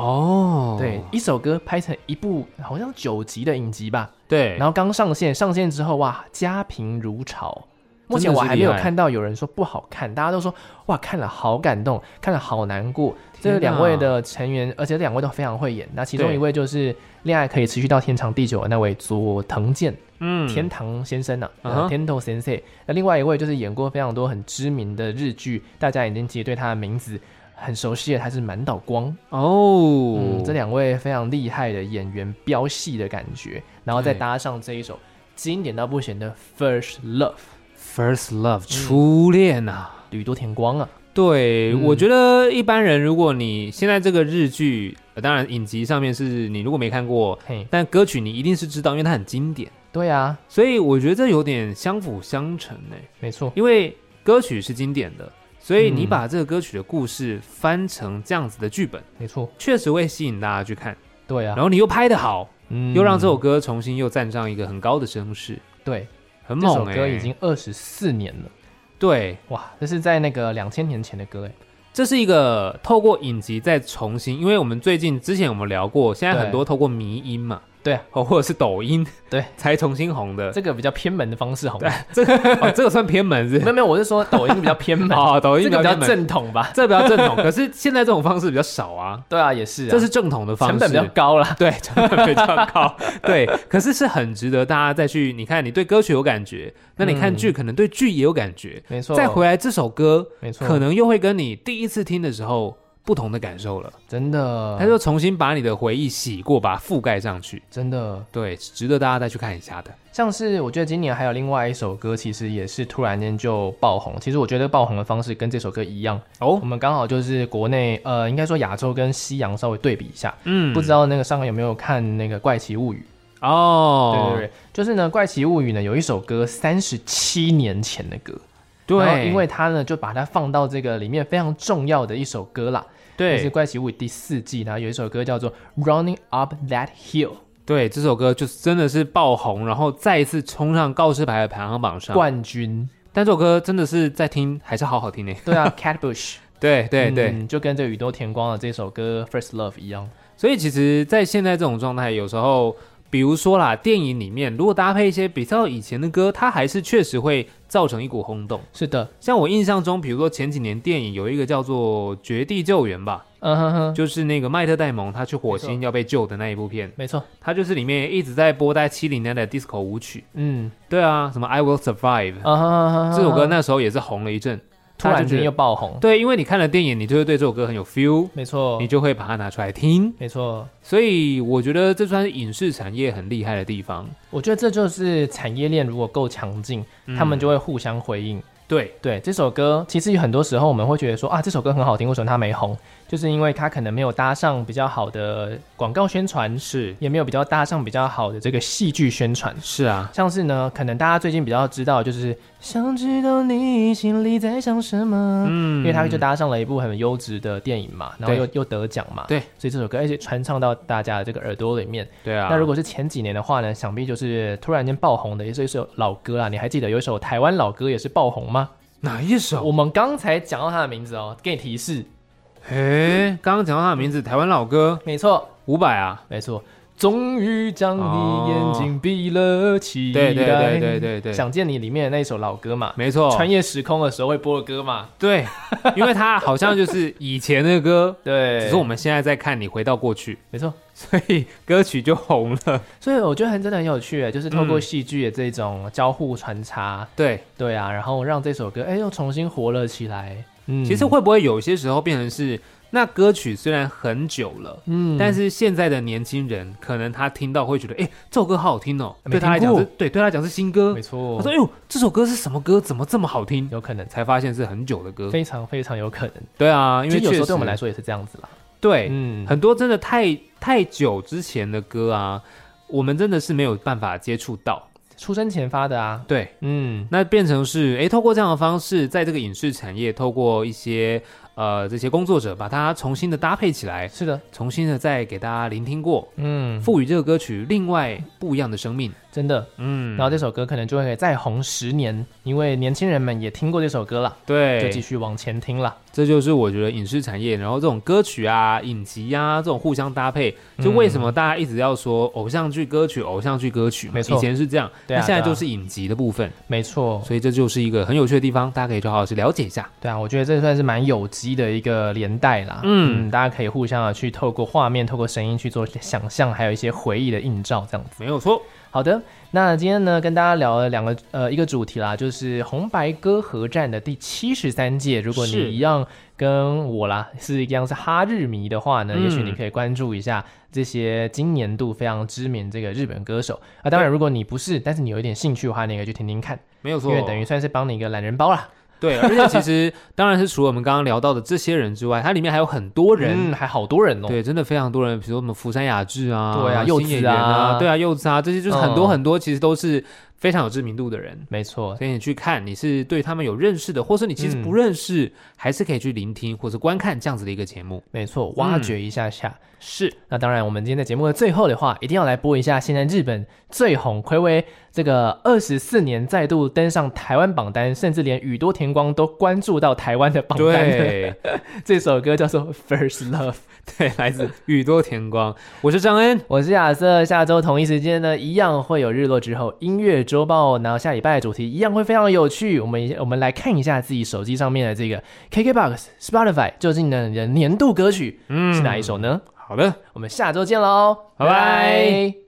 Speaker 1: 哦
Speaker 2: 对，一首歌拍成一部好像九集的影集吧，
Speaker 1: 对，
Speaker 2: 然后刚上线，上线之后哇，家评如潮。目前
Speaker 1: 真的
Speaker 2: 我
Speaker 1: 是
Speaker 2: 还没有
Speaker 1: 厉害
Speaker 2: 看到有人说不好看，大家都说哇看了好感动，看了好难过。
Speaker 1: 天
Speaker 2: 这
Speaker 1: 哪
Speaker 2: 两位的成员，而且这两位都非常会演。那其中
Speaker 1: 对
Speaker 2: 一位就是恋爱可以持续到天长地久的那位佐藤健、
Speaker 1: 嗯
Speaker 2: 天堂先生呐、
Speaker 1: 嗯哼
Speaker 2: 啊，天堂先生。那另外一位就是演过非常多很知名的日剧，大家已经其实对他的名字很熟悉了，他是满岛光。
Speaker 1: 哦、
Speaker 2: 嗯，这两位非常厉害的演员，飙戏的感觉，然后再
Speaker 1: 对
Speaker 2: 搭上这一首经典到不行的《First Love》，
Speaker 1: first
Speaker 2: 嗯
Speaker 1: love 初恋啊。
Speaker 2: 宇多田光啊，
Speaker 1: 对、
Speaker 2: 嗯
Speaker 1: 我觉得一般人，如果你现在这个日剧，呃当然影集上面是你如果没看过，
Speaker 2: 嘿，
Speaker 1: 但歌曲你一定是知道，因为它很经典。
Speaker 2: 对啊，
Speaker 1: 所以我觉得这有点相辅相成呢、
Speaker 2: 没错，
Speaker 1: 因为歌曲是经典的，所以你
Speaker 2: 嗯
Speaker 1: 把这个歌曲的故事翻成这样子的剧本，
Speaker 2: 没错，
Speaker 1: 确实会吸引大家去看。
Speaker 2: 对啊
Speaker 1: 然，后你又拍得好，
Speaker 2: 嗯
Speaker 1: 又让这首歌重新又站上一个很高的声势，
Speaker 2: 对
Speaker 1: 很
Speaker 2: 这首
Speaker 1: 猛哎、
Speaker 2: 歌已经二十四年了，
Speaker 1: 对，
Speaker 2: 哇，这是在那个两千年前的歌哎，
Speaker 1: 这是一个透过影集再重新，因为我们最近之前我们聊过，现在
Speaker 2: 对
Speaker 1: 很多透过迷音嘛，
Speaker 2: 对啊
Speaker 1: 哦，或者是抖音，
Speaker 2: 对，
Speaker 1: 才重新红的。
Speaker 2: 这个比较偏门的方式好吗？
Speaker 1: 哦，这个算偏门是
Speaker 2: 没有没有，我是说抖音比较偏门，
Speaker 1: 哦，抖音
Speaker 2: 这个比较
Speaker 1: 偏门，
Speaker 2: 正统吧？
Speaker 1: 这比较正统。可是现在这种方式比较少啊，
Speaker 2: 对啊，也是啊，
Speaker 1: 这是正统的方式，
Speaker 2: 成本比较高啦，
Speaker 1: 对，成本比较高， 对，可是是很值得大家再去。你看，你对歌曲有感觉，那你看
Speaker 2: 嗯
Speaker 1: 剧可能对剧也有感觉，
Speaker 2: 没错，
Speaker 1: 再回来这首歌，
Speaker 2: 没错，
Speaker 1: 可能又会跟你第一次听的时候不同的感受了。
Speaker 2: 真的，
Speaker 1: 他就重新把你的回忆洗过，把它覆盖上去。
Speaker 2: 真的。
Speaker 1: 对，值得大家再去看一下的。
Speaker 2: 像是我觉得今年还有另外一首歌，其实也是突然间就爆红。其实我觉得爆红的方式跟这首歌一样，
Speaker 1: 哦
Speaker 2: 我，们刚好就是国内呃，应该说亚洲跟西洋稍微对比一下。
Speaker 1: 嗯
Speaker 2: 不知道那个上海有没有看那个《怪奇物语》？
Speaker 1: 哦
Speaker 2: 对，对对，就是呢，《怪奇物语》呢有一首歌，三十七年前的歌，
Speaker 1: 对
Speaker 2: 然后因为它呢就把它放到这个里面非常重要的一首歌啦，就是《
Speaker 1: 对
Speaker 2: 怪奇物语》第四季，然后有一首歌叫做《Running Up That Hill》，
Speaker 1: 对，这首歌就是真的是爆红，然后再一次冲上告示牌的排行榜上。
Speaker 2: 冠军。
Speaker 1: 但这首歌真的是在听还是好好听呢。
Speaker 2: 对啊，Catbush。
Speaker 1: 对对对，
Speaker 2: 嗯就跟这宇多田光的这首歌《First Love》一样。
Speaker 1: 所以其实，在现在这种状态，有时候比如说啦，电影里面如果搭配一些比较以前的歌，它还是确实会造成一股轰动。
Speaker 2: 是的，
Speaker 1: 像我印象中，比如说前几年电影有一个叫做《绝地救援》吧，
Speaker 2: 嗯哼哼，
Speaker 1: 就是那个迈特戴蒙他去火
Speaker 2: 没
Speaker 1: 星要被救的那一部片，
Speaker 2: 没错，
Speaker 1: 它就是里面一直在播带七零年代的 disco 舞曲。
Speaker 2: 嗯，
Speaker 1: 对啊，什么 I Will Survive、
Speaker 2: 啊哈哈哈哈
Speaker 1: 这首歌那时候也是红了一阵，
Speaker 2: 突然
Speaker 1: 大家就觉
Speaker 2: 间
Speaker 1: 得
Speaker 2: 又爆红，
Speaker 1: 对，因为你看了电影，你就会对这首歌很有 feel，
Speaker 2: 没错
Speaker 1: 你，就会把它拿出来听。
Speaker 2: 没错。
Speaker 1: 所以我觉得这算是影视产业很厉害的地方。
Speaker 2: 我觉得这就是产业链如果够强劲，他们就会互相回应。
Speaker 1: 对，
Speaker 2: 对这首歌，其实有很多时候我们会觉得说啊，这首歌很好听，为什么它没红？就是因为它可能没有搭上比较好的广告宣传，
Speaker 1: 是
Speaker 2: 也没有比较搭上比较好的这个戏剧宣传。
Speaker 1: 是啊，
Speaker 2: 像是呢，可能大家最近比较知道的就是想知道你心里在想什么，
Speaker 1: 嗯
Speaker 2: 因为它就搭上了一部很优质的电影嘛，然后又又得奖嘛，
Speaker 1: 对，
Speaker 2: 所以这首歌而且传唱到大家的这个耳朵里面。
Speaker 1: 对啊。
Speaker 2: 那如果是前几年的话呢，想必就是突然间爆红的，也是一首老歌啊。你还记得有一首台湾老歌也是爆红吗？
Speaker 1: 哪一
Speaker 2: 我
Speaker 1: 首？
Speaker 2: 们刚才讲到他的名字哦，给你提示，
Speaker 1: 哎，刚刚讲到他的名字，台湾老歌
Speaker 2: 没错，
Speaker 1: 伍佰啊。
Speaker 2: 没错。终于将你眼睛闭了起来，
Speaker 1: 哦对对对对对对，
Speaker 2: 想见你里面的那首老歌嘛，
Speaker 1: 没错，
Speaker 2: 穿越时空的时候会播的歌嘛，
Speaker 1: 对，因为他好像就是以前的歌，
Speaker 2: 对，
Speaker 1: 只是我们现在在看你回到过去，
Speaker 2: 没错。
Speaker 1: 所以歌曲就红了。
Speaker 2: 所以我觉得很真的很有趣耶，就是透过
Speaker 1: 嗯
Speaker 2: 戏剧的这种交互穿插，
Speaker 1: 对，
Speaker 2: 对啊，然后让这首歌哎又重新活了起来。嗯，
Speaker 1: 其实会不会有些时候变成是那歌曲虽然很久了，
Speaker 2: 嗯，
Speaker 1: 但是现在的年轻人可能他听到会觉得，哎，这首歌好好听哦，
Speaker 2: 哎没
Speaker 1: 对他来
Speaker 2: 听
Speaker 1: 讲
Speaker 2: 过
Speaker 1: 是，对，对他来讲是新歌
Speaker 2: 没。错，
Speaker 1: 他说，哎呦，这首歌是什么歌？怎么这么好听？
Speaker 2: 有可能，
Speaker 1: 才发现是很久的歌。
Speaker 2: 非常非常有可能，
Speaker 1: 对啊，因为
Speaker 2: 其实有时
Speaker 1: 确
Speaker 2: 候
Speaker 1: 实
Speaker 2: 对我们来说也是这样子啦。
Speaker 1: 对，
Speaker 2: 嗯，
Speaker 1: 很多真的太太久之前的歌啊，我们真的是没有办法接触到。
Speaker 2: 出生前发的啊，
Speaker 1: 对，
Speaker 2: 嗯，
Speaker 1: 那变成是，诶，透过这样的方式，在这个影视产业，透过一些呃这些工作者，把它重新的搭配起来，
Speaker 2: 是的，
Speaker 1: 重新的再给大家聆听过，
Speaker 2: 嗯，
Speaker 1: 赋予这个歌曲另外不一样的生命。
Speaker 2: 真的。
Speaker 1: 嗯，
Speaker 2: 然后这首歌可能就会再红十年，因为年轻人们也听过这首歌了，就继
Speaker 1: 对，
Speaker 2: 续往前听了。
Speaker 1: 这就是我觉得影视产业，然后这种歌曲啊、影集啊这种互相搭配，就为什么大家一直要说偶像剧歌曲、偶像剧歌曲嘛，
Speaker 2: 嗯没错
Speaker 1: 以前是这样，
Speaker 2: 对啊
Speaker 1: 那现在
Speaker 2: 对啊
Speaker 1: 就是影集的部分。
Speaker 2: 没错，
Speaker 1: 所以这就是一个很有趣的地方，大家可以去好好去了解一下。
Speaker 2: 对啊，我觉得这算是蛮有机的一个连带啦。
Speaker 1: 嗯
Speaker 2: 嗯，大家可以互相的去透过画面、透过声音去做想象，还有一些回忆的映照，这样子。
Speaker 1: 没有错，
Speaker 2: 好的，那今天呢跟大家聊了两个呃一个主题啦，就是红白歌合战的第七十三届。如果你
Speaker 1: 是
Speaker 2: 一样跟我啦是一样是哈日迷的话呢，
Speaker 1: 嗯
Speaker 2: 也许你可以关注一下这些今年度非常知名这个日本歌手啊。当然，如果你不是，但是你有一点兴趣的话，你也可以去听听看，
Speaker 1: 没有错，
Speaker 2: 因为等于算是帮你一个懒人包啦。
Speaker 1: 对。而且其实当然是除了我们刚刚聊到的这些人之外，它里面还有很多人。
Speaker 2: 嗯还好多人哦。
Speaker 1: 对，真的非常多人，比如说我们福山雅治啊，
Speaker 2: 对啊
Speaker 1: 新
Speaker 2: 柚子啊
Speaker 1: 演员啊，对啊，柚子啊，这些就是很多
Speaker 2: 嗯
Speaker 1: 很多，其实都是非常有知名度的人。
Speaker 2: 没错，
Speaker 1: 所以你去看，你是对他们有认识的，或是你其实
Speaker 2: 嗯
Speaker 1: 不认识，还是可以去聆听或者观看这样子的一个节目。
Speaker 2: 没错，挖掘一下下。
Speaker 1: 是，
Speaker 2: 那当然，我们今天在节目的最后的话，一定要来播一下现在日本最红、暌违这个二十四年再度登上台湾榜单，甚至连宇多田光都关注到台湾的榜单的
Speaker 1: 对，
Speaker 2: 这首歌叫做《First Love》。
Speaker 1: 对，来自宇多田光，我是张恩，
Speaker 2: 我是亚瑟，下周同一时间呢，一样会有日落之后音乐周报，然后下礼拜的主题一样会非常有趣。我们我们来看一下自己手机上面的这个 KKBOX、Spotify 究竟呢你的年度歌曲
Speaker 1: 嗯
Speaker 2: 是哪一？首呢？
Speaker 1: 好的，
Speaker 2: 我们下周见喽，
Speaker 1: 拜拜